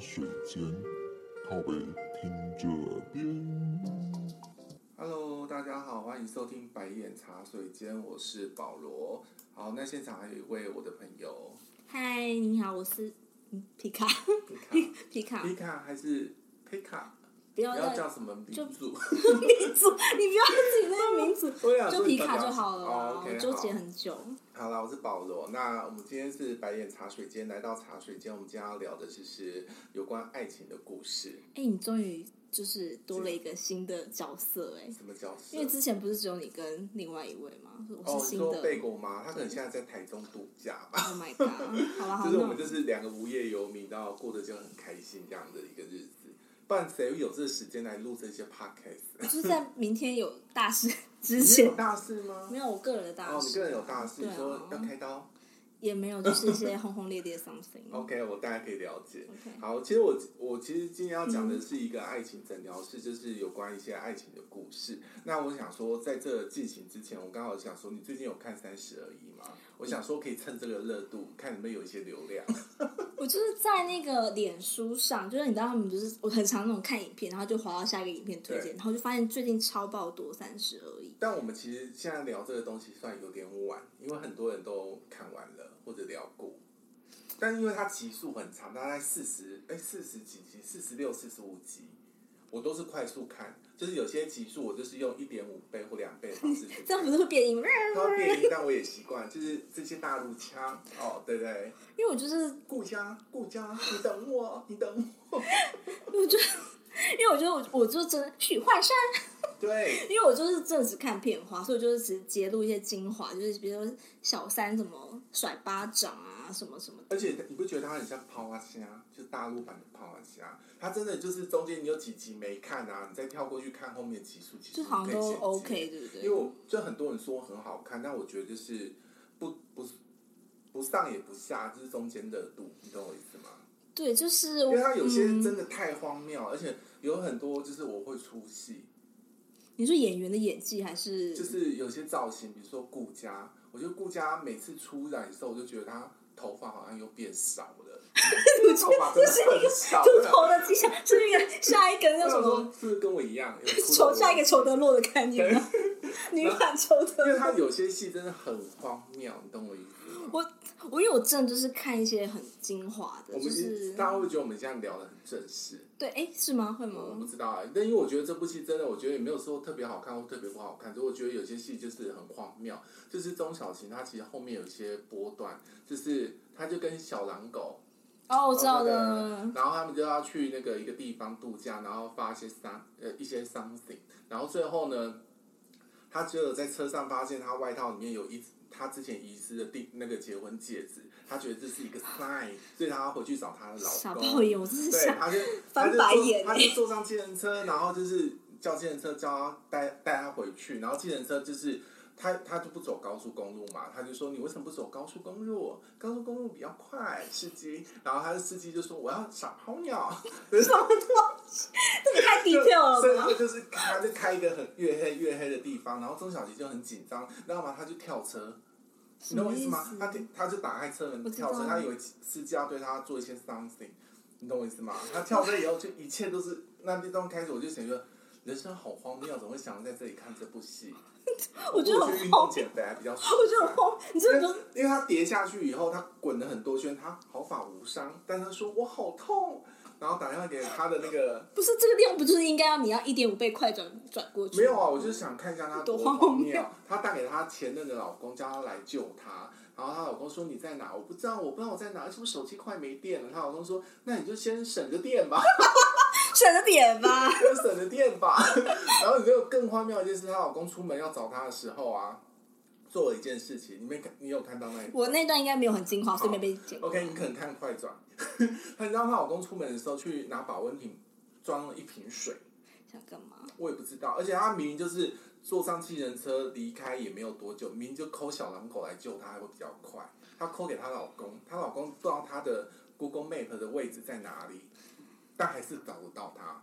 水间，靠北听这边。 Hello，大家好，欢迎收听白眼茶水间，我是保罗。好，那现场还有一位我的朋友嗨，你好，我是嗯皮卡 皮卡，皮卡，皮卡还是皮卡，不不要要再叫什么民就 族，民族， 你不要自己那个 名字，我想说就你皮到底卡要就好了哦啊，我 OK，纠好结很久。好啦，我是保罗。那我们今天是白眼茶水间，来到茶水间，我们今天要聊的就是有关爱情的故事。哎，你终于就是多了一个新的角色哎，什么角色？因为之前不是只有你跟另外一位吗？我哦，是你新说的。贝果吗？他可能现在在台中度假吧。 Oh my god！好了好 就了，是那我我们就是两个无业游民，然后过得就很开心这样的一个日子。不然谁有这时间来录这些 podcast？就是在明天有大事之你有前，大事吗 没？有我个人的大哦，你事，个人有大事，对啊说要开刀。也没有就是一些轰轰烈烈 something。 OK，我大概可以了解。 OK 嗯好，其实我我其实今天要讲的是一个爱情诊疗室，就是有关一些爱情的故事。那我想说，在这进行之前，我刚好想说，你最近有看《三十而已》吗？我想说可以趁这个热度，看有没有一些流量。我就是在那个脸书上，就是你知道他们就是我很常那种看影片，然后就滑到下一个影片推对荐，然后就发现最近超爆多三十而已。但我们其实现在聊这个东西算有点晚，因为很多人都看完了或者聊过。但因为它集数很长，大概四十哎四十几集，四十六、四十五集，我都是快速看，就是有些集数我就是用一点五倍或两倍的方式去看。 这样不是会变音？它会变音，但我也习惯，就是这些大陆腔哦，对不对？ 因为我就是顾家，顾家，你等我，你等我， 我就因为我觉得我我就真的许幻山，对，因为我就是真的只看片花，所以我就是只截录一些精华，就是比如说小三怎么甩巴掌啊，什么什么的。而且你不觉得它很像泡蛙虾，就是大陆版的泡蛙虾？它真的就是中间你有几集没看啊，你再跳过去看后面集数，其实就好像你可以都衔接 OK，对不对？因为我就很多人说很好看，但我觉得就是不不不上也不下，就是中间的度，你懂我意思吗？对，就是因为它有些嗯真的太荒谬，而且有很多就是我会出戏，你说演员的演技还是就是有些造型，比如说顾佳，我觉得顾佳每次出染色，我就觉得她头发好像又变少了，头发真的很少秃头的迹象，是那个下一我根叫什想么说？是不是跟我一样 有秃头求下一个裘德洛的概念吗？女版裘德因为洛，他有些戏真的很荒谬，你懂我意思吗？我我因为我真的就是看一些很精华的，我就们是大家会觉得我们现在聊的很正式，对，哎、是吗？会我吗不？知道啊、但因为我觉得这部戏真的，我觉得也没有说特别好看或特别不好看，所以我觉得有些戏就是很荒谬，就是钟小琴她其实后面有一些波段，就是她就跟小狼狗哦，我知然后道的那，个然后他们就要去那个一个地方度假，然后发一些 some 呃一些 something，然后最后呢，他只有在车上发现他外套里面有一他之前遗失的第那个结婚戒指，他觉得这是一个 sign，所以他要回去找他的傻老爆公。眼，我真 是对，啊想他就翻白眼欸他就 坐他就坐上计程车，然后就是叫计程车叫他带带他回去，然后计程车就是他他就不走高速公路嘛，他就说你为什么不走高速公路？高速公路比较快，司机。然后他的司机就说我要赏泡尿，这个太低就调了所以吧他？就是他就开一个很 越黑越黑的地方，然后钟小琪就很紧张，你知道吗？他就跳车。你懂我意思吗什？么他意思他就打开车门我知道跳车，他以为司机要对他做一些 something，你懂我意思吗？他跳车以后，就一切都是那地方开始，我就想说，人生好荒谬，怎么会想在这里看这部戏？我觉得我去很运荒动，减肥啊还比较舒服，我觉得很荒，你真的但就是因为他跌下去以后，他滚了很多圈，他毫发无伤，但他说我好痛，然后打电话给他的那个不是这个地方不就是应该要你要一点五倍快转转过去？没有啊，我就是想看一下她多多荒荒谬。她打给她前任的老公，叫她来救她。然后她老公说：“你在哪？”我不知道，我不知道我在哪，而且我手机快没电了。她老公说：“那你就先省着电吧， 省着点吧。先省着电 吧。”然后你就更荒谬的就是，她老公出门要找她的时候啊，做了一件事情，你没看，你有看到那一我那段应该没有很精华，所以没被剪。 OK，你可能看快转。 她你知道她老公出门的时候去拿保温瓶装了一瓶水，想干嘛？我也不知道，而且他明明就是坐上汽人车离开也没有多久，明明就抠小狼狗来救她还会比较快。她抠给她老公，她老公不知道她的 Google Map 的位置在哪里，但还是找得到她。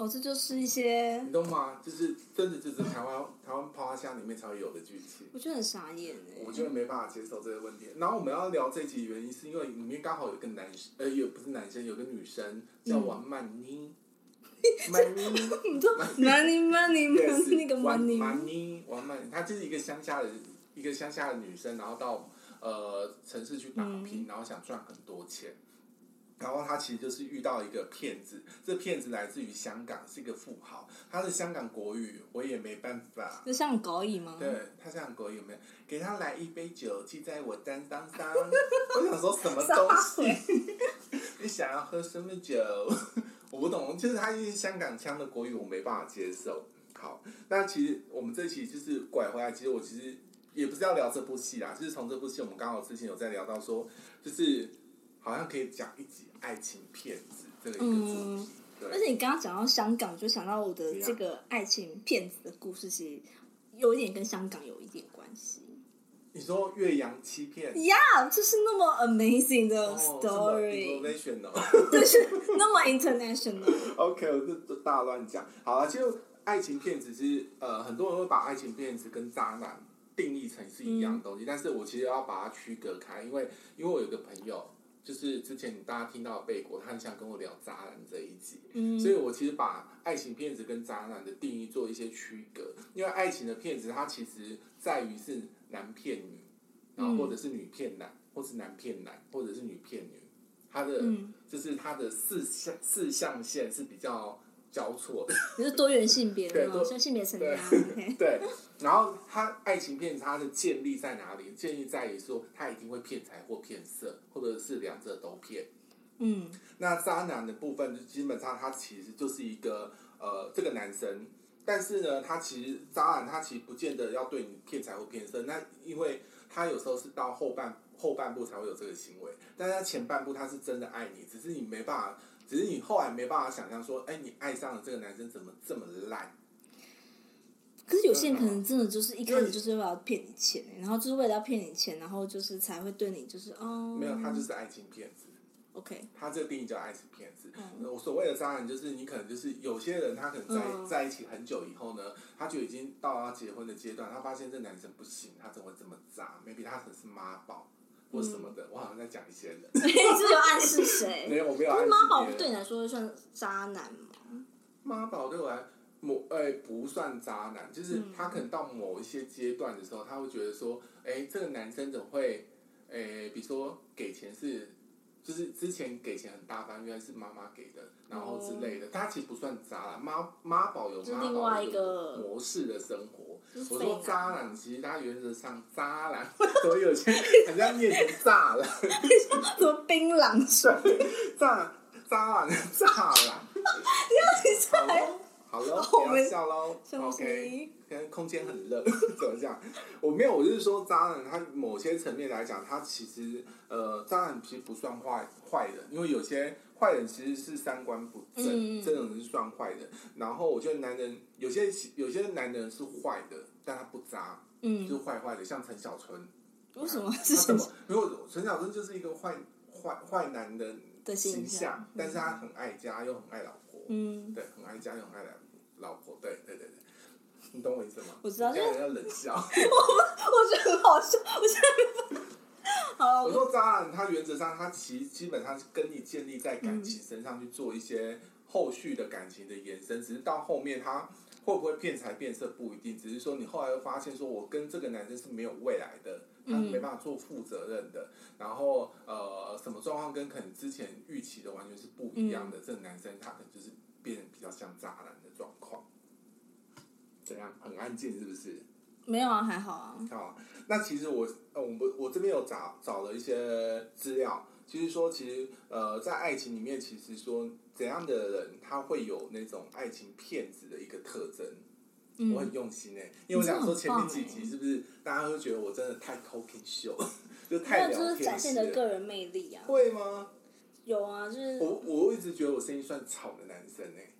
哦，这就是一些你懂吗？就是真的就是台湾台湾趴箱里面才会有的剧情。我觉得很傻眼哎、我觉得没办法接受这个问题。然后我们要聊这一集的原因，是因为里面刚好有个男生，呃，也不是男生，有个女生叫王曼妮， 曼妮你 说 money money ，yes， money 那个王 money，曼妮，王曼妮，她就是一个乡下的一个乡下的女生，然后到呃城市去打拼，嗯然后想赚很多钱。然后她其实就是遇到一个骗子，这骗子来自于香港，是一个富豪，他的香港国语我也没办法。就像狗蚁吗？对他这样狗有没有？给他来一杯酒，记在我担当 上。我想说什么东欸西？你想要喝什么酒？ 我不懂，就是他一些香港腔的国语，我没办法接受。好，那其实我们这期就是拐回来，其实我其实也不是要聊这部戏啦，就是从这部戏，我们刚好之前有在聊到说，就是好像可以讲一集爱情骗子这个一个主嗯题。对。 而且你刚刚讲到香港，我就想到我的啊这个爱情骗子的故事，其实有一点跟香港有一点关系。你说岳阳欺骗 Yeah，就是那么 amazing 的哦这么 story，、 innovation 哦。就是那么 international。 OK，我这大乱讲。好了，就爱情骗子是呃，很多人会把爱情骗子跟渣男定义成是一嗯样的东西，但是我其实要把它区隔开，因为因为我有一个朋友，就是之前大家听到的贝果，他很想跟我聊渣男这一集，嗯所以我其实把爱情骗子跟渣男的定义做一些区隔，因为爱情的骗子它其实在于是男骗女，然嗯后或者是女骗男，或是男骗男，或者是女骗女，它的、嗯就是它的四象四象限是比较交错的，你是多元性别对的吗多？像性别承压 对，OK？对。然后它爱情骗子它的建立在哪里？建立在于说他一定会骗财或骗色，或者是两者都骗。嗯那渣男的部分，基本上他其实就是一个呃，这个男生，但是呢，他其实渣男他其实不见得要对你骗财或骗色，那因为他有时候是到后半后半部才会有这个行为，但他前半部他是真的爱你，只是你没办法，只是你后来没办法想象说，哎、你爱上了这个男生怎么这么烂？可是有些人可能真的就是一开始就是为了骗你钱、欸然后就是为了要骗你钱，然后就是才会对你就是哦，没有，他就是爱情骗子。 OK，他这个定义叫爱情骗子。嗯我所谓的渣男，就是你可能就是有些人，他可能在、嗯在一起很久以后呢，他就已经到要结婚的阶段，他发现这男生不行，他怎么会这么渣？maybe 他可能是妈宝或什么的。嗯我好像在讲一些人， 这有暗示没谁？有，我没有可暗是示妈宝别人对你来说算渣男吗？妈宝对我来，某哎、不算渣男，就是嗯他可能到某一些阶段的时候，他会觉得说，哎、这个男生怎么会，哎、比如说给钱是，就是之前给钱很大方，原来是妈妈给的，然后之类的，他其实不算渣啦，妈妈宝有嗯就是妈另宝外的一个模式的生活。就是我废说男渣男，其实他原则上渣男， 所以有些人家念成渣男，什么槟榔水？渣渣男，渣 男。好咯好了，我不们要笑喽。什么 OK。可能空间很热，怎么讲？我没有，我就是说渣男，他某些层面来讲，他其实呃，渣男其实不算坏坏人，因为有些坏人其实是三观不正，嗯嗯这种人是算坏人。然后我觉得男人有些有些男人是坏的，但他不渣，就嗯是，坏坏的，像陈小春。为什么他是怎么？因为我陈小春就是一个坏坏坏男人的形形象？但是他很爱家，又很爱老婆，嗯，对，很爱家又很爱老婆，对对对对，你懂我意思吗？我知道家人要冷笑。 我觉得很好笑，我现在好我了，说渣男，他原则上他其基本上是跟你建立在感情身上去做一些后续的感情的延伸，只是到后面他会不会骗财变色不一定，只是说你后来会发现，说我跟这个男生是没有未来的，他是嗯没办法做负责任的，然后呃，什么状况跟可能之前预期的完全是不一样的，这个男生他可能就是变得比较像渣男的状况。怎样？很安静是不是？没有啊，还好啊。好，哦那其实我呃，我们我这边有找找了一些资料，其实说其实呃，在爱情里面，其实说怎样的人他会有那种爱情骗子的一个特征，嗯我很用心哎、因为我你真的想说很前面棒几欸集是不是大家会觉得我真的太 talking show，就没太有，聊就是天展现的式了。个人魅力啊。会吗？有啊，就是我我一直觉得我声音算吵的男生哎、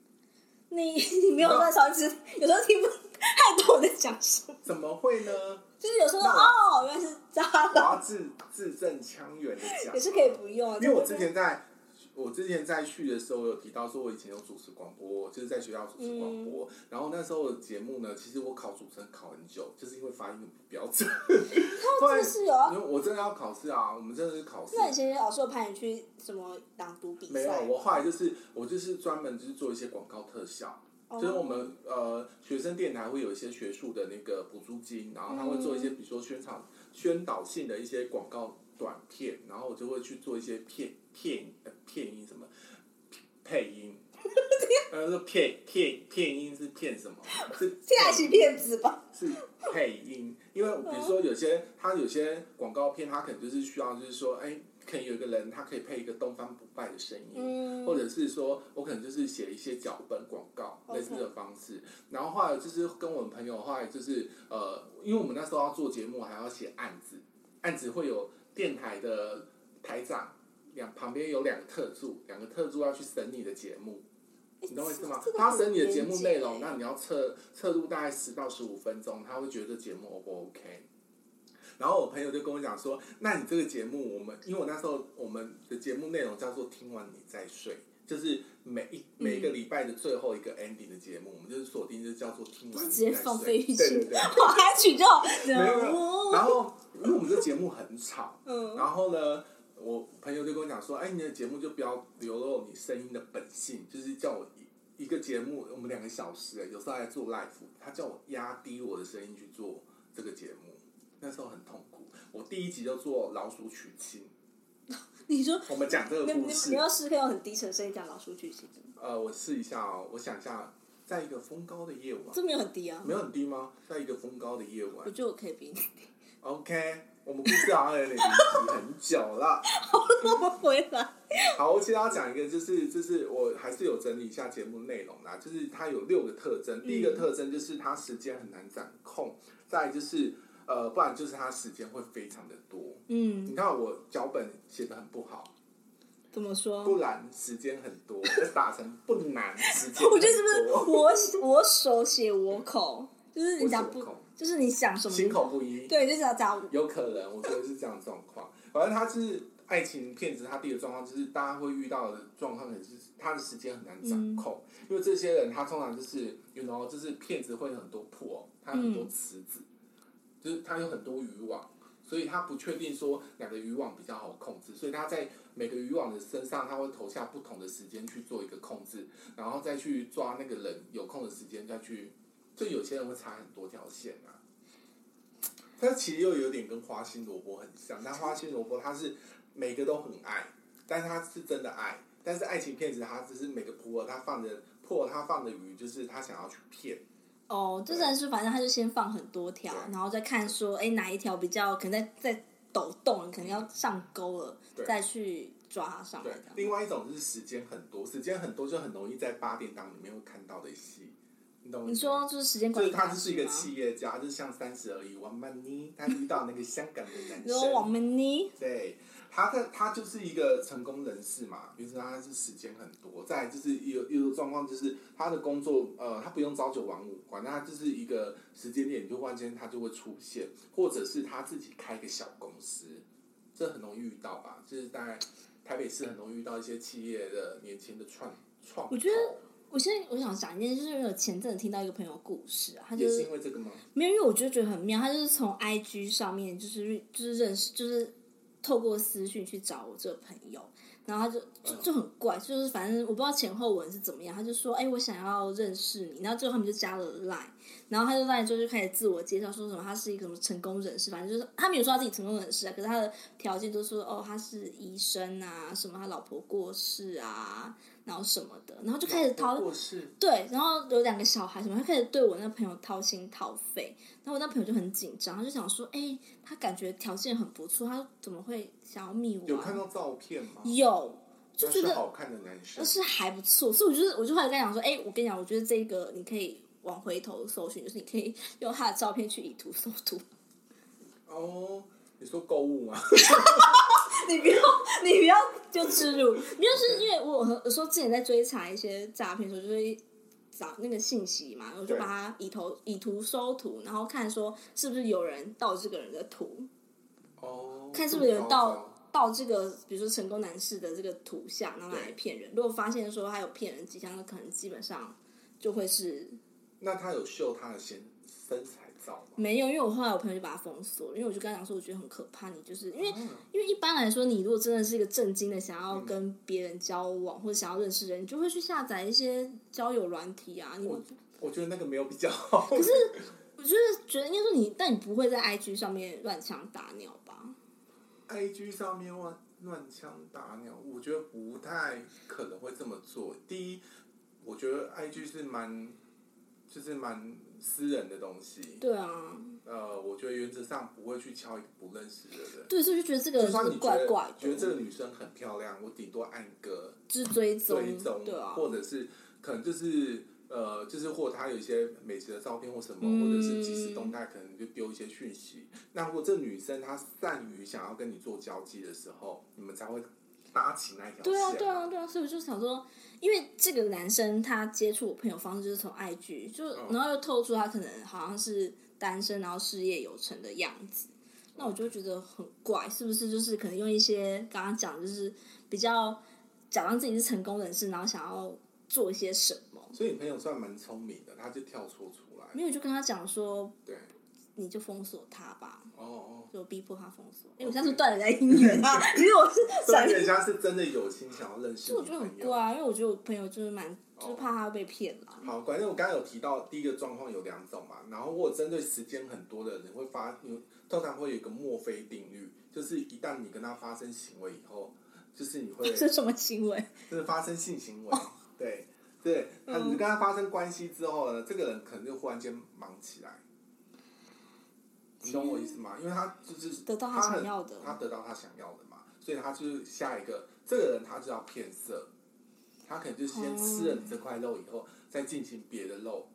你你没有在常识，有时候听不太懂我在讲什么，怎么会呢？就是有时候那哦，原来是渣我男，要字字正腔圆的讲，也是可以不用啊。因为我之前在我之前在去的时候有提到说，我以前有主持广播，就是在学校主持广嗯播。然后那时候的节目呢，其实我考主持人考很久，就是因为发音很不标 准。不这然个是有啊。因为我真的要考试啊，我们真的是考试。那以前老师有派你去什么朗读比没有赛？，我后来就是我就是专门就是做一些广告特效，哦就是我们呃学生电台会有一些学术的那个补助金，然后他会做一些嗯比如说宣传宣导性的一些广告短片，然后我就会去做一些片片呃片音什么配 音，呃说片片片音是片什么？是 现在是骗子吧？是配音，因为比如说有哦些他有些广告片，他可能就是需要，就是说，哎、可能有一个人他可以配一个东方不败的声音，嗯或者是说我可能就是写一些脚本广告 OK 类似的方式。然后后来就是跟我们朋友，后来就是呃，因为我们那时候要做节目，还要写案子，案子会有电台的台长。两旁边有两个特助，两个特助要去审你的节目，你懂我意思吗哎这？个他很审你的节严目谨内欸容，那你要测测入大概十到十五分钟，他会觉得这节目 O 不 OK？然后我朋友就跟我讲说，那你这个节目，我们因为我那时候我们的节目内容叫做“听完你再睡”，就是每嗯一每一个礼拜的最后一个 ending 的节目，我们就是锁定就叫做“听不完是你直接再放睡飞”，鱼对去对对。 我还取这种没有没有然哦，后因为我们这节目很吵，嗯然后呢，我朋友就跟我讲说，哎，你的节目就不要流露你声音的本性，就是叫我一一个节目，我们两个小时，哎有时候还做 live，他叫我压低我的声音去做这个节目，那时候很痛苦。我第一集就做老鼠娶亲，你说我们讲这你个你故事你，要试可以用很低沉的声音讲老鼠剧情，呃，我试一下哦，我想一下，在一个风高的夜晚，这没有很低啊没，有很低吗？在一个风高的夜晚我觉得我可以比你 ，OK，我们故事 好像有点离题很久了。回来。好，我其实要讲一个，就是就是我还是有整理一下节目内容啦，就是它有六个特征。第一嗯个特征就是它时间很难掌控，再来就是呃，不然就是它时间会非常的多。嗯，你看我脚本写的很不好，怎么说？不然时间很多，打成不难时间很多。我觉得是不是我我手写我口，就是你讲我不手口，就是你想什么，心口不一？对，就是要讲有可能，我觉得是这样的状况。反正他是爱情骗子，他第一个状况就是大家会遇到的状况，可能是他的时间很难掌嗯控，因为这些人他通常就是，然后就是骗子会有很多破偶，他有很多池子，就是他有很多渔网，所以他不确定说哪个渔网比较好控制，所以他在每个渔网的身上，他会投下不同的时间去做一个控制，然后再去抓那个人有空的时间再去，就有些人会插很多条线啊。它其实又有点跟花心萝卜很像，但花心萝卜它是每个都很爱，但是它是真的爱，但是爱情骗子他只是每个扑尔他放的破尔他放的鱼，就是他想要去骗，哦，这人是反正他就先放很多条，对然后再看说，哎，哪一条比较可能在在抖动，可能要上钩了，嗯对再去抓它上对来。这样另外一种就是时间很多，时间很多就很容易在八点档里面会看到的戏，你懂我意你思吗说就是时间就管是理大他师吗，就是一个企业家，就是像三十而已王曼妮，他遇到那个香港的男你说王生，曼妮，对，他的他就是一个成功人士嘛，于是他是时间很多。再来就是有有的状况就是他的工作，呃，他不用朝九晚五，反正他就是一个时间点，就忽然间他就会出现，或者是他自己开一个小公司，这很容易遇到吧？就是在台北市很容易遇到一些企业的年轻的创创投，我觉得我现在我想讲一件事，就是我前阵子听到一个朋友的故事啊，他就也是是因为这个吗？没有，因为我就觉得很妙，他就是从 IG 上面就是就是认识，就是透过私讯去找我这个朋友，然后他就就就很怪，就是反正我不知道前后文是怎么样，他就说哎、我想要认识你，然后最后他们就加了 Line，然后他就 Line 之后就开始自我介绍，说什么他是一个什么成功人士，反正就是他没有说他自己成功人士啊，可是他的条件都说哦他是医生啊，什么他老婆过世啊，然后什么的，然后就开始讨论。过世，对，然后有两个小孩什么，他开始对我那朋友掏心掏肺，然后我那朋友就很紧张，他就想说，哎、他感觉条件很不错，他怎么会想要密我、有啊？看到照片吗？有就那觉是得好看的男生但，是还不错，所以我就是我就后来跟他讲说，哎、我跟你讲，我觉得这个你可以往回头搜寻，就是你可以用他的照片去以图搜图，哦，你说购物吗？ 你不要，你不要就植入，你就是因为我和我说之前在追查一些诈骗的时候，就是找那个信息嘛，我就对把它以头以图搜图，然后看说是不是有人盗这个人的图，哦，看是这不是有么高人招哦盗盗这个，比如说成功男士的这个图像，然后拿来对骗人。如果发现说他有骗人迹象，那可能基本上就会是那他有秀他的身身材照吗？没有，因为我后来我朋友就把他封锁了，因为我就跟他讲说，我觉得很可怕，你就是因为、嗯因为一般来说，你如果真的是一个正经的想要跟别人交往、或者想要认识人，你就会去下载一些交友软体啊。你我我我觉得那个没有比较好。可 是就是觉得应该说你，但你不会在 IG 上面乱枪打鸟吧？ IG 上面乱乱枪打鸟，我觉得不太可能会这么做。第一，我觉得 IG 是蛮就是蛮私人的东西，对啊，呃，我觉得原则上不会去敲一个不认识的人。对，所以就觉得这个就人算这你个觉得怪怪觉得这的，个女生很漂亮，我顶多按个就是追追踪，踪，对啊，或者是可能就是呃，就是或他有一些美食的照片或什么，嗯或者是即时动态，可能就丢一些讯息。那如果这女生她善于想要跟你做交际的时候，你们才会搭起那一条线。对啊，对啊，对啊，所以我就想说，因为这个男生他接触我朋友方式就是从 IG，就、嗯然后又透出他可能好像是单身，然后事业有成的样子，那我就觉得很怪，是不是就是可能用一些刚刚讲的就是比较假装自己是成功人士，然后想要做一些什么？所以你朋友算蛮聪明的，他就跳脱出来。没有，我就跟他讲说，对，你就封锁他吧，哦哦，就逼迫他封锁。哎、我下次断人家姻缘啊！ 其实我是所想以人家是真的有心想要认识我你觉得很朋怪友。啊，因为我觉得我朋友就是蛮，就是怕他被骗了。好，反正我刚刚有提到第一个状况有两种嘛，然后我针对时间很多的人会发，有通常会有一个墨菲定律，就是一旦你跟他发生行为以后，就是你会 这什么行 为？就是发生性行为，对对，他嗯你跟他发生关系之后呢，这个人可能就忽然间忙起来，你懂我意思吗？因为他就是得到他他很想要的他得到他想要的嘛，所以他就是下一个这个人，他就要骗色，他可能就先吃了你这块肉以后，再进行别的肉。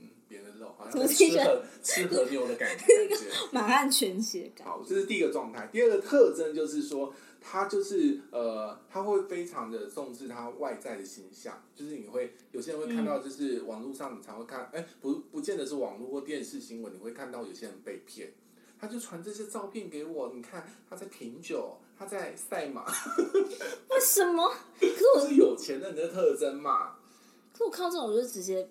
嗯，别的肉好像在吃和吃和牛的感觉，感 觉满汉全席的感觉。好，这是第一个状态。第二个特征就是说，他就是呃，他会非常的重视他外在的形象，就是你会有些人会看嗯到，就是网络上你常会看，哎、不不见得是网络或电视新闻，你会看到有些人被骗，他就传这些照片给我，你看他在品酒，他在赛马， 为什么？这是有钱人的特征嘛？可是我看到这种，我就直接，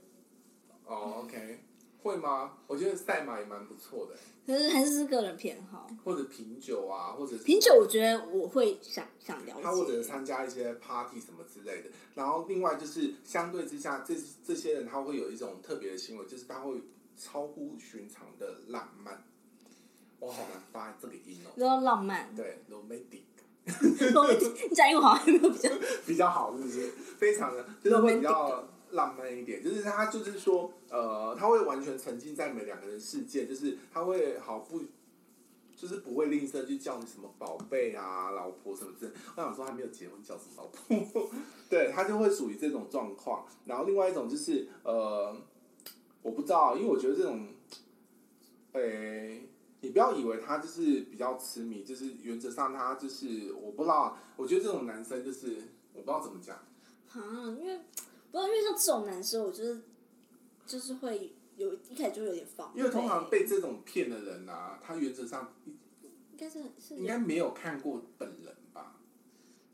哦，OK，会吗？我觉得赛马也蛮不错的、可是还是是个人偏好。或者品酒啊，或者是品酒，我觉得我会想想了解。他或者是参加一些 party 什么之类的。然后另外就是相对之下，这这些人他会有一种特别的行为，就是他会超乎寻常的浪漫。我好难发这个音哦。你知道浪漫， 对，romantic 你讲一个好像没有比较， 比较好，是不是？非常的，就是会比较浪漫一点。就是他就是说，呃，他会完全沉浸在每两个人世界，就是他会毫不。就是不会吝啬去叫你什么宝贝啊、老婆什么之类。我想说还没有结婚叫什么老婆， 对他就会属于这种状况。然后另外一种就是呃，我不知道，因为我觉得这种，呃诶、你不要以为他就是比较痴迷，就是原则上他就是我不知道，我觉得这种男生就是我不知道怎么讲，啊，因为不知道，因为像这种男生，我就是就是会有一开始就会有点防备，因为通常被这种骗的人啊，他原则上应该是是应该没有看过本人吧。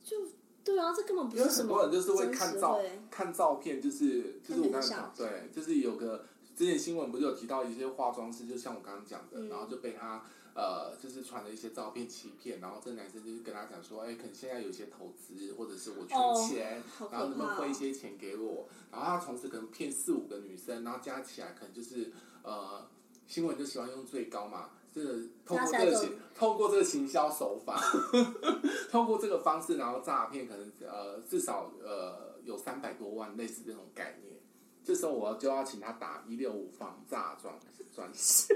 就对啊，这根本不因为是什很么多人就是会真看实照会看照片，就是就是我刚看才人讲像，对，就是有个之前新闻不是有提到一些化妆师，就像我刚刚讲的，嗯然后就被他呃就是传了一些照片欺骗，然后这男生就是跟他讲说，哎、可能现在有一些投资，或者是我哦缺钱，好然后可能不能怕汇一哦。些钱给我，然后他同时可能骗四五个女生，然后加起来可能就是呃新闻就喜欢用最高嘛。这个通加过起来这个总行，通过这个行销手法， 通过这个方式，然后诈骗可能呃至少呃有三百多万，类似这种概念。这时候我就要请他打一六五防诈专专线，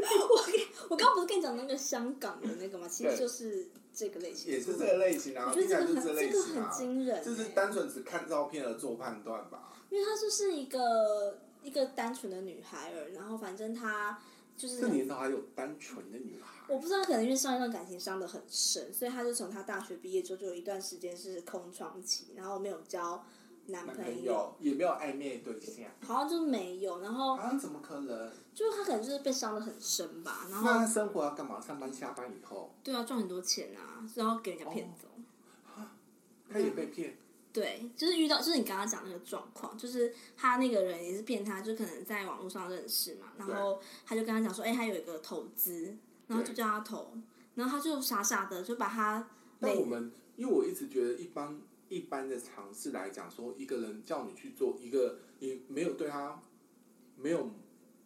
我刚刚不是跟你讲那个香港的那个嘛，其实对就是这个类型，也是这个类型啊，我觉得听起来这就个是这很类个型很啊，惊人、欸，就是单纯只看照片而做判断吧。因为她就是一个一个单纯的女孩儿，然后反正她就是这年头还有单纯的女孩我，不知道，可能因为上一段感情伤的很深，所以她就从她大学毕业之后就有一段时间是空窗期，然后没有交男男朋朋友，友，也没有暧昧对象，好像就是没有，然后啊，怎么可能？就是他可能就是被伤的很深吧，然那他后生活要干嘛？上班下班以后，对啊赚很多钱啊，然后给人家骗走。他哎嗯也被骗，对，就是遇到，就是你刚刚讲那个状况，就是他那个人也是骗他，就可能在网络上认识嘛，然后他就跟他讲说，哎、他有一个投资，然后就对叫他投，然后他就傻傻的就把他但我每们，因为我一直觉得一般一般的尝试来讲，说一个人叫你去做一个你没有对他没有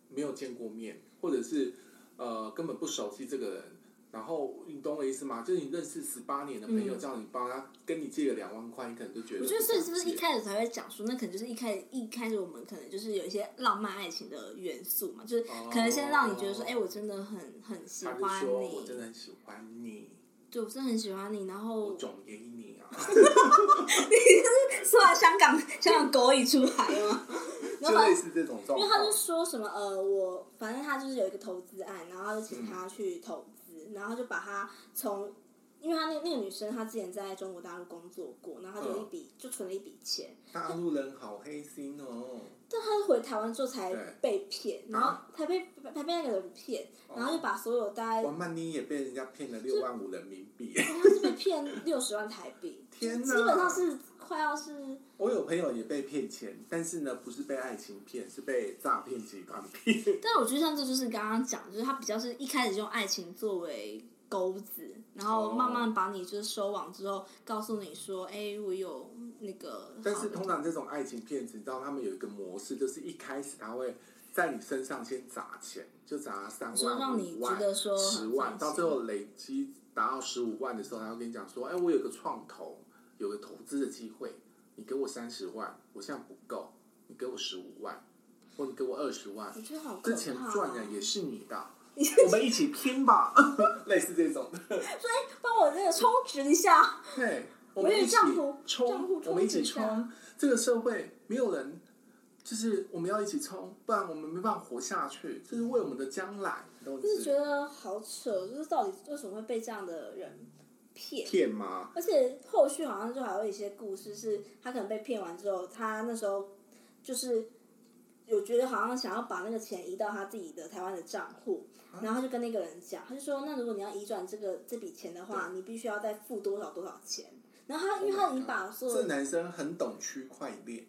没有见过面，或者是呃根本不熟悉这个人，然后你懂我意思吗？就是你认识十八年的朋友，嗯叫你帮他跟你借个两万块，你可能就觉得我觉得所以是不是想一借开始才会讲说，那可能就是一开始一开始我们可能就是有一些浪漫爱情的元素嘛，就是可能先让你觉得说，哦哎、我真的很很喜他欢就说我你，真的很喜欢你，对我真的很喜欢你，然后我总给你 啊，是把香港香港狗语出来吗？然就后类似这种状因为况他就。说什么呃，我反正他就是有一个投资案，然后他就请他去投资，然后就把他从，因为他那那个女生她之前在中国大陆工作过，然后她就一笔、就存了一笔钱，大陆人好黑心哦，但她回台湾之后才对被骗，啊然后才被才被那个人骗，哦然后就把所有大概王曼妮也被人家骗了六万五人民币。他是被骗六十万台币，天哪基本上是快要是我有朋友也被骗钱，但是呢，不是被爱情骗，是被诈骗集团骗。 但我觉得像这就是刚刚讲，就是他比较是一开始用爱情作为钩子，然后哦慢慢把你就是收网之后，告诉你说，哎、我有那个好的。但是通常这种爱情骗子，你知道他们有一个模式，就是一开始他会在你身上先砸钱，就砸三就是让万、你五觉万得、说很十万，放心到最后累积达到十五万的时候，他会跟你讲说：“哎，我有个创投，有个投资的机会，你给我三十万，我现在不够，你给我十五万，或你给我二十万，我觉得好可怕、哦这钱赚的也是你 的，我们一起拼吧， 类似这种。”帮我那个充值一下。对，我我们有一起账户账户冲，我们一起充值一下冲。这个社会没有人，就是我们要一起冲，不然我们没办法活下去。这是为我们的将来，你懂我就意是思 觉得好扯，就是到底为什么会被这样的人骗？骗吗？而且后续好像就还有一些故事，是他可能被骗完之后，他那时候就是有觉得好像想要把那个钱移到他自己的台湾的账户，啊然后就跟那个人讲，他就说：“那如果你要移转这个这笔钱的话，你必须要再付多少多少钱。”然后他因为他已经把所有，Oh 这男生很懂区块链，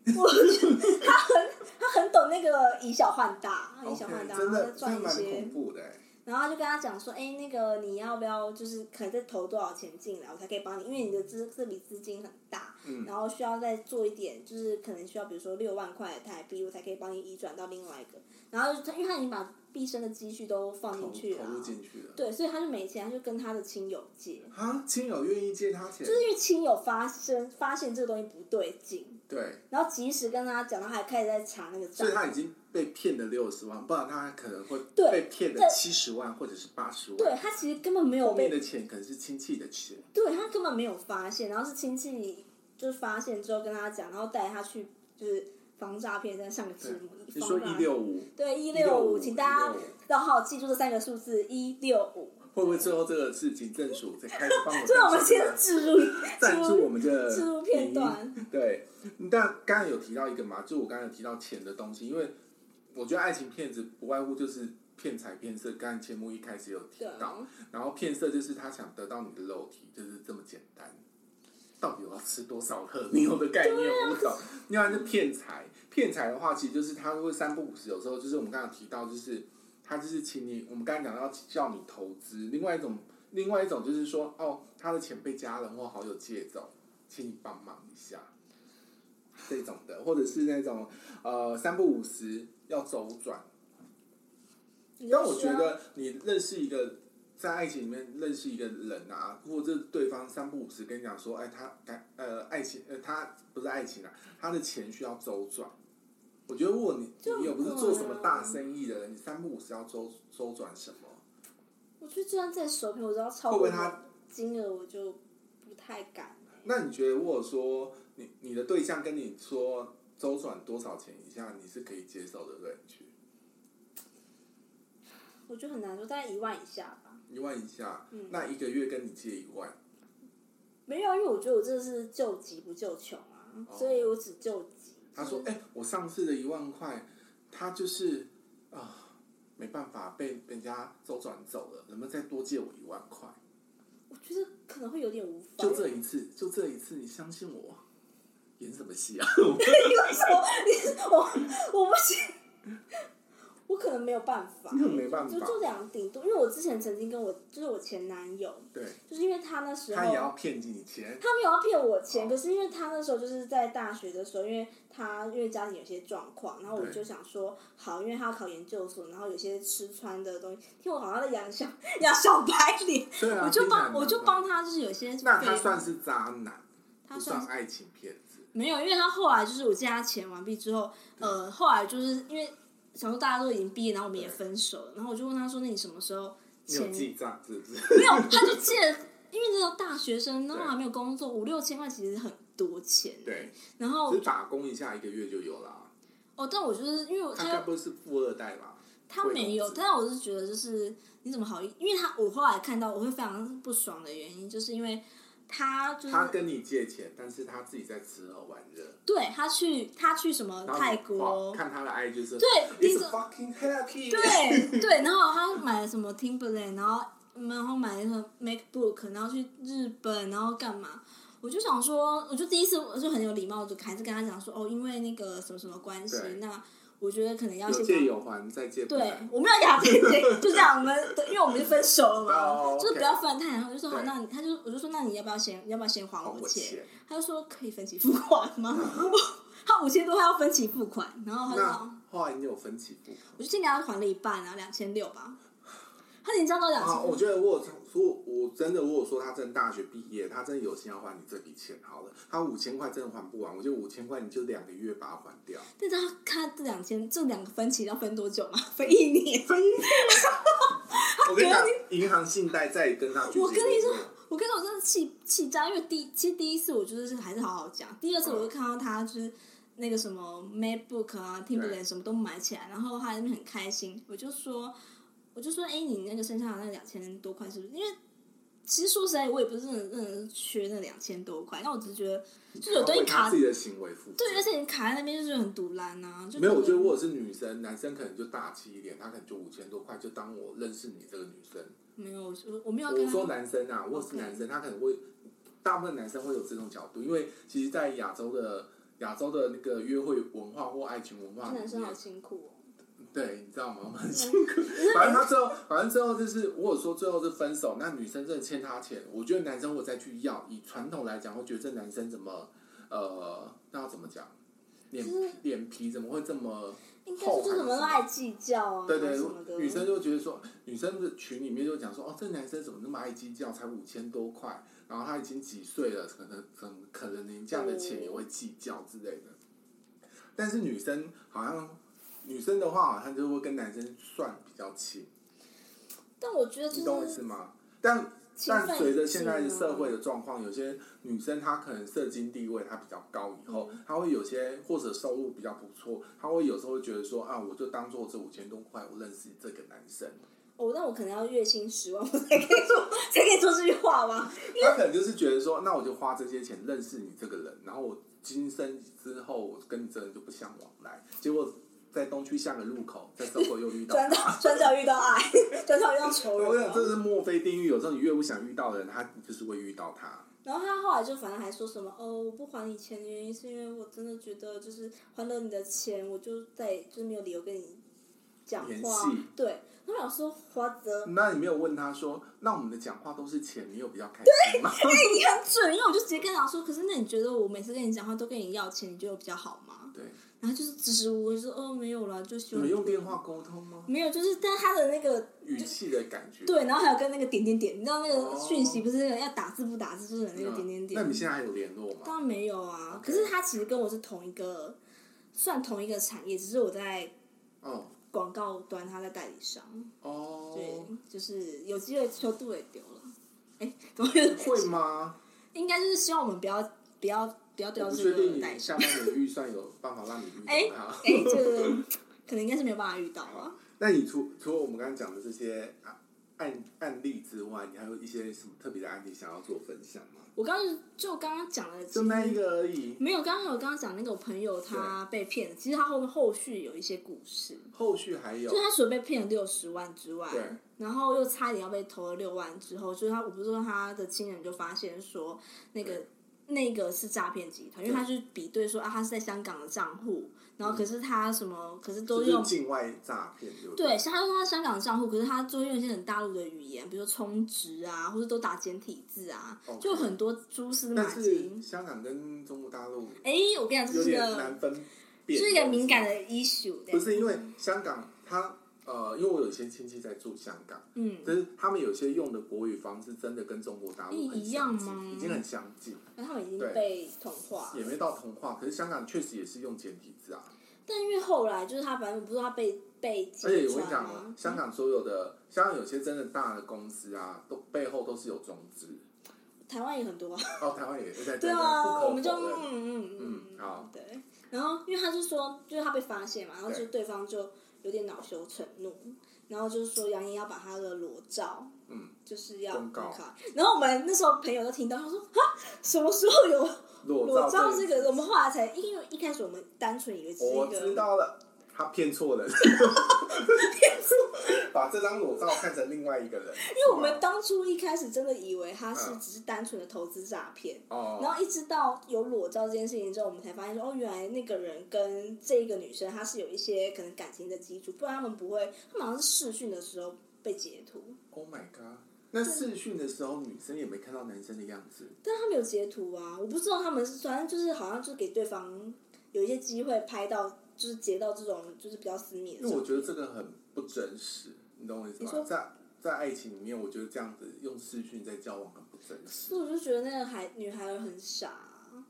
他很懂那个以小换大，以小 OK，换大，然真后再的真啊赚的一蛮些恐，怖的欸。然后他就跟他讲说：“哎、那个你要不要就是可能再投多少钱进来，我才可以帮你，因为你的资这笔资金很大，嗯然后需要再做一点，就是可能需要比如说六万块台币，我才可以帮你移转到另外一个。然后他因为他已经把毕生的积蓄都放投进去了投入啊，进去了。对，所以他就没钱，他就跟他的亲友借，啊，亲友愿意借他钱，就是因为亲友发生发现这个东西不对劲，对，然后及时跟他讲，他还开始在查那个所账以，他已经被骗了六十万，不然他可能会对被骗了这七十万或者是八十万。对，他其实根本没有后被面的钱可能是亲戚的钱。对他根本没有发现，然后是亲戚就是发现之后跟他讲，然后带他去就是防诈骗在上个节目。你说防一诈六五，对一六五， 165请大家165要好好记住这三个数字一六五。会不会最后这个是警政署在开始帮 我所以我们赞助先的置入赞助我入们的置入片段影音？对，但刚才有提到一个嘛，就我刚才有提到钱的东西，因为我觉得爱情骗子不外乎就是骗财骗色。刚才节目一开始有提对啊到，然后骗色就是他想得到你的肉体，就是这么简单。到底我要吃多少克你有的概念我不懂。另外是骗财，骗财的话，其实就是他会三不五时，有时候就是我们刚刚有提到，就是他就是请你，我们刚才讲到叫你投资，另外一种，另外一种就是说，哦，他的钱被家人或好友借走，请你帮忙一下，这种的，或者是那种呃三不五时要周转，你就但我需觉要得你认识一个在爱情里面认识一个人啊，或者是对方三不五时跟你讲说，哎，他感呃爱情呃他不是爱情啊，他的钱需要周转。我觉得如果你就很你又不是做什么困啊大生意的人，你三不五时要周周转什么？我觉得就算在手屏，我知道超会不会过他？金额，我就不太敢。那你觉得如果说你你的对象跟你说周转多少钱以下，你是可以接受的对不对？我觉得很难说，大概一万以下吧。一万以下，嗯那一个月跟你借一万，没有啊，因为我觉得我这是救急不救穷啊。所以我只救急。哦他说：“哎、我上次的一万块，他就是啊、没办法被被人家周转走了，能不能再多借我一万块？我觉得可能会有点无法。就这一次，就这一次，你相信我。”演什么戏 啊？ 我我不行，我可能没有办法，你可能没办就法。就两顶多，因为我之前曾经跟我就是我前男友，对，就是因为他那时候他也要哦骗你钱。他没有要骗我钱，可是因为他那时候就是在大学的时候，因为他因为家庭有些状况，然后我对就想说，好，因为他要考研究所，然后有些吃穿的东西，听我好像在养小养小白脸，对啊，我就听起来帮很我就麻烦帮。他，就是有些那费他用算是渣男，他不算算是爱情骗子。没有，因为他后来就是我借他钱完毕之后，呃，后来就是因为想说大家都已经毕业，然后我们也对分手了，然后我就问他说，那你什么时候你有钱记账是不是？ 没有，他就借了，因为那时候大学生，然后对还没有工作，五六千块其实很多钱。对，然后只是打工一下，一个月就有啦。哦，但我就是因为我他该他不会是富二代吧？他没有，贵公子但我是觉得就是你怎么好意，因为他我后来看到我会非常不爽的原因，就是因为他就是他跟你借钱，但是他自己在吃喝玩乐。对他去他去什么然后你泰哇国，看他的 IG 是，对，你，It's 怎 fucking happy。对对，然后他买了什么 Timberland，然后然后买了什么 MacBook，然后去日本，然后干嘛？我就想说，我就第一次我就很有礼貌，就还是跟他讲说，哦，因为那个什么什么关系对，那我觉得可能要有先借帮有还，再借不对还。，我没有雅婷姐，就这样，我们对因为我们就分手了 嘛哦， 就是 OK 不要犯太阳。然后我就说好，哦对那你他就我就说那你要不要先你要不要先还还我我钱？钱。他就说可以分期付款吗？ 他五千多，他要分期付款，然后他就说那后来你有分期付款？我就先给他还了一半啊，两千六吧。他连这样都两啊，千，我觉得我有说，我真的我有说，他真的大学毕业，他真的有心要还你这笔钱。好了，他五千块真的还不完，我觉得五千块你就两个月把它还 掉。但是他他这两千这两个分期要分多久嘛？ 分一年。我跟你讲，银行信贷再跟他去。我跟你说，我跟你说，我真的气气炸，因为第其实第一次我就是还是好好讲，第二次我就看到他就是那个什么 MacBook 啊、Timberland 什么都买起来，然后他在那边很开心，我就说，我就说，哎、你那个身上的那两千多块是不是？因为其实说实在，我也不是真的真的缺那两千多块，但我只是觉得就是有东西为他卡自己的行为负责。对，而且你卡在那边就是很堵烂呐、啊，就没有，我觉得得如果是女生，男生可能就大气一点，他可能就五千多块就当我认识你这个女生。没有，我我没有要跟我他说男生啊，我是男生，他可能会大部分男生会有这种角度，因为其实，在亚洲的亚洲的那个约会文化或爱情文化里男生好嗯面，辛苦哦。对，你知道吗？我们很辛苦。反正他最后，反正最后就是，如果说最后是分手，那女生真的欠他钱，我觉得男生我再去要，以传统来讲，会觉得这男生怎么呃，那要怎么讲？脸就是脸皮怎么会这么？应该就是什么都爱计较啊，对对什么的。，女生就觉得说，女生的群里面就讲说，哦，这男生怎么那么爱计较，才五千多块，然后他已经几岁了，可能可能可能连这样的钱也会计较之类的。但是女生好像，女生的话好像就会跟男生算比较清，嗯但我觉得你懂我就意是思吗？但情分但随着现在已的经啊社会的状况，有些女生她可能社经地位她比较高，以嗯后她会有些或者收入比较不错，她会有时候会觉得说啊，我就当做这五千多块，我认识这个男生，哦，那我可能要月薪十万，我才可以说才可以说这句话 吧。她可能就是觉得说，那我就花这些钱认识你这个人，然后我今生之后我跟你这个人就不相往来，结果在东区下个路口，在生活又遇到转角转角遇到爱， 转角遇到仇我想这人。是墨菲定律，有时候你越不想遇到的人，他就是会遇到他。然后他后来就反正还说什么哦，我不还你钱的原因是因为我真的觉得就是还了你的钱，我就再就是没有理由跟你讲联话系。对，然后我想说华泽，那你没有问他说，那我们的讲话都是钱，你有比较开心吗？ 你很准，因为我就直接跟他说，可是那你觉得我每次跟你讲话都跟你要钱，你觉得我比较好吗？对，然后就是支支吾吾就说哦没有啦，就喜你欢们用电话沟通吗？没有，就是但他的那个语气的感觉。嗯对，然后还有跟那个点点点，你知道那个哦讯息不是那个要打字不打字，就是有那嗯，个点点点。那你现在还有联络吗？当然没有啊， OK 可是他其实跟我是同一个，算同一个产业，只是我在哦广告端，他在代理商，对哦，，就是有机会求度也丢了。哎，怎么会？会吗？应该就是希望我们不要不要不要我掉不这确定个代理你商。下半年预算有办法让你遇哎到他。哎，这个可能应该是没有办法遇到啊。那你除除了我们刚刚讲的这些啊案案例之外，你还有一些什么特别的案例想要做分享吗？我刚刚就刚刚讲了，就那一个而已。没有，刚刚有刚刚讲那个我朋友他被骗，其实他后后续有一些故事，后续还有就，是他除了被骗了六十万之外对，然后又差一点要被投了六万之后，就是他，我不是说他的亲人就发现说那个对那个是诈骗集团，因对为嗯他去比对说啊，他是在香港的账户，然后可是他什么，可是都就是用境外诈骗，对不对，像他说他香港的账户，可是他就会用一些很大陆的语言，比如说充值啊，或者都打简体字啊 OK 就很多蛛丝马但是迹。香港跟中国大陆哎、我跟你讲，这有是点个难分这辨，是一个敏感的 issue 的。不是因为香港它呃，因为我有一些亲戚在住香港，嗯，但是他们有些用的国语方式真的跟中国大陆很一样相吗近，已经很相近，那他们已经对被同化也了。没到同化。可是香港确实也是用简体字啊，但因为后来就是他，反正我不知道他被被而且揭我跟穿你讲哦啊，，香港所有的香港有些真的大的公司啊，都背后都是有中资，台湾也很多啊。哦，台湾也在 对不啊，可我们就否认嗯嗯嗯好对。然后因为他就说，就是他被发现嘛，然后就对对方就有点恼羞成怒，然后就是说扬言要把他的裸照，嗯，就是要公告公开。然后我们那时候朋友都听到，他说啊，什么时候有裸裸照这这个？我们后来才，因为一开始我们单纯以为只是我一知个，道了，他骗错人，把这张裸照看成另外一个人，因因为我们当初一开始真的以为他是嗯只是单纯的投资诈骗。然哦，后一直到有裸照这件事情之后，我们才发现说，哦，原来那个人跟这个女生她是有一些可能感情的基础，不然他们不会，他们好像是试训的时候被截图， ，Oh my god！那试训的时候，女生也没看到男生的样子，但他们有截图啊，我不知道他们是，反正就是好像就是给对方有一些机会拍到，就是截到这种就是比较私密因的照片。为我觉得这个很不真实，你懂我意思你说吗？在在爱情里面，我觉得这样子用视讯在交往很不真实。所以我就觉得那个孩女孩很傻啊、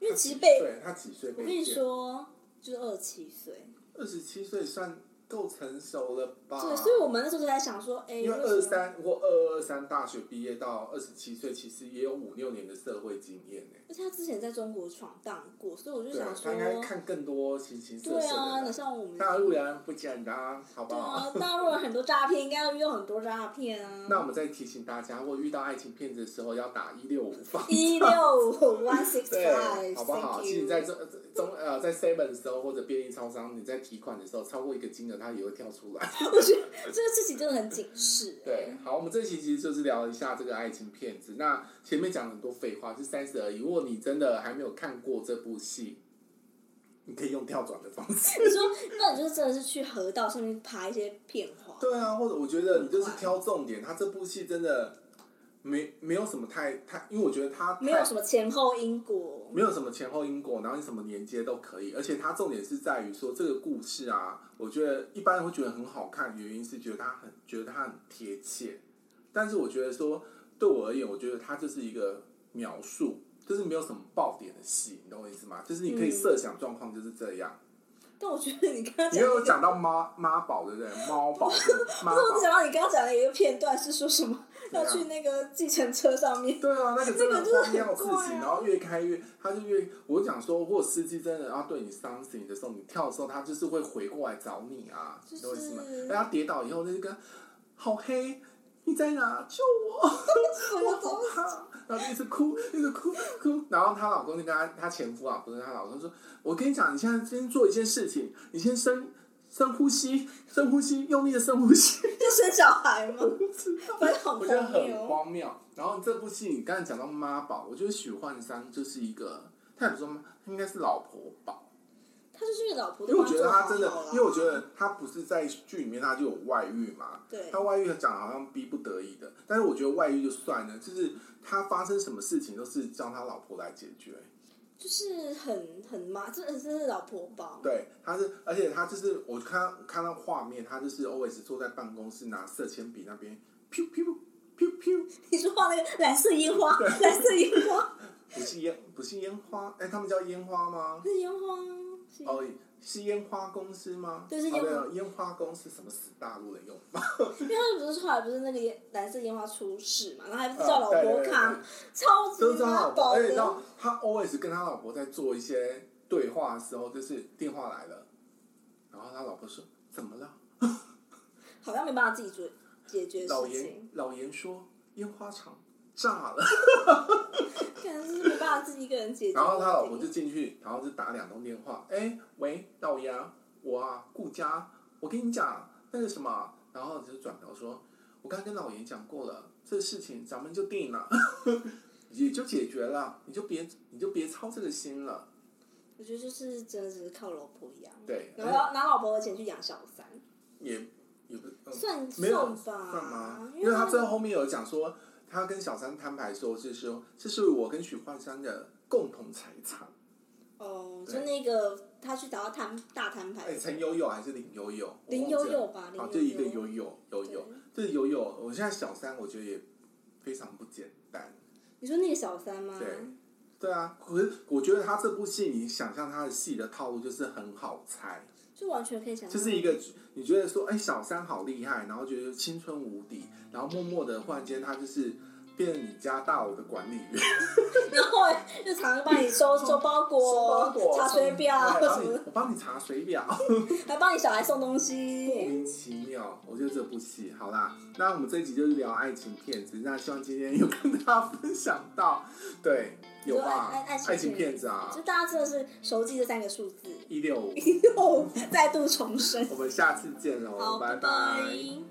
因为其实被对他几岁被我跟你骗说，就是二十七岁，二十七岁算够成熟了吧？对，所以我们那时候就在想说，哎，哦因为什么二三或二二三大学毕业到二十七岁，其实也有五六年的社会经验呢、而且他之前在中国闯荡过，所以我就对想啊，说，他应该看更多形形色对色啊，哪的像我们人。大陆人不简单，好不对啊好？，大陆人很多诈骗，应该要遇到很多诈骗那啊。我们再提醒大家，如果遇到爱情骗子的时候，要打一六五防一 六五 one six 对， five，好不好？其实你在中中呃在 Seven 的时候或者便利超商，你在提款的时候超过一个金额，它也会跳出来。我觉得这个事情真的很警示。欸对，好，我们这期其实就是聊一下这个爱情骗子。那前面讲了很多废话，是三十而已。如果你真的还没有看过这部戏，你可以用跳转的方式。你说，那你就真的是去河道上面爬一些片花， 对啊，或者我觉得你就是挑重点，他这部戏真的没没有什么太太，因为我觉得他没有什么前后因果。没有什么前后因果，然后你什么连接都可以，而且它重点是在于说这个故事啊，我觉得一般人会觉得很好看，原因是觉得它很觉得它很贴切，但是我觉得说对我而言，我觉得它就是一个描述，就是没有什么爆点的戏，你懂我意思吗？就是你可以设想状况就是这样。但我觉得你刚刚你因讲为我的，讲到妈妈宝对不对？猫宝对不对妈不是我宝，讲到你刚刚讲的一个片段是说什么怎要样去那个计程车上面。啊对啊，那个真的那个真的荒谬很事怪情，啊然后越开越，他就越，我讲说，如果司机真的要对你 something 的时候，你跳的时候，他就是会回过来找你啊，就是你懂我意思吗？然后他跌倒以后，那就跟好黑，你在哪？救我！我好怕。然后就一直哭，一直哭哭。然后她老公就跟她她前夫啊，不是她老公说：“我跟你讲，你现在先做一件事情，你先深深呼吸，深呼吸，用力的深呼吸。”就生小孩吗？反正好我觉得荒很谬哦。荒谬。然后这部戏你刚才讲到妈宝，我觉得许幻山就是一个，他也不是说妈，他应该是老婆宝，他就是老婆因都为我帮觉做得好啊他好真了的啦，，因为我觉得他不是在剧里面他就有外遇嘛，对他外遇讲得好像逼不得已的，但是我觉得外遇就算了，就是他发生什么事情都是叫他老婆来解决。就是很很妈，这真是老婆包。对，他是，而且他就是我看看到画面，他就是 always 坐在办公室拿色铅笔那边，噗噗噗噗，你说画那个蓝色烟花，蓝色烟花，不是烟，不是烟花，哎、他们叫烟花吗？是烟花啊是烟哦，是烟花公司吗？对是哦烟花对烟花公司，什么死大陆人用法？因为他们不是后来不是那个烟蓝色烟花出事嘛，然后还不是叫啊老对婆对对扛，超级都是他妈老婆，宝啊而且你知的道，他 always 跟他老婆在做一些对话的时候，就是电话来了，然后他老婆说：“怎么了？”好像没办法自己追解决老事严情，老严说烟花厂炸了，可能是没办法自己一个人解决问然题。后他老婆就进去，然后就打两通电话，哎喂，老杨，我啊顾家，我跟你讲那个什么，啊然后就转头说，我刚跟老严讲过了，这事情咱们就定了， 也就解决了，你就别你就别操这个心了，我觉得就是真的只是靠老婆养，对，哎然后拿老婆的钱去养小三，也也不、嗯算没有算吧，干嘛？因因为他他最后后面有讲说，他跟小三摊牌说，就是说这是我跟许幻山的共同财产。哦，对就那个他去找到摊大摊牌哎，，陈悠悠还是林悠悠？我林忘悠记悠了吧，林啊，悠对，一个悠悠悠悠悠，这个悠悠，我现在小三我觉得也非常不简单。你说那个小三吗？对对啊，可是我觉得他这部戏，你想象他的戏的套路就是很好猜，就完全可以想就象，是一个你觉得说，哎，小三好厉害，然后觉得青春无敌，然后默默的忽然间他就是变成你家大楼的管理员。然后就常常帮 你收收包裹、查水表对然什后你么的，我帮你查水表，还帮你小孩送东莫西。名其妙。我觉得这部戏好啦，那我们这一集就是聊爱情骗子，那希望今天有跟大家分享到，对，有吧爱爱爱？情爱情骗子啊就，大家真的是熟记这三个数字，一六五， 又再度重生。我们下次见喽，好，拜拜拜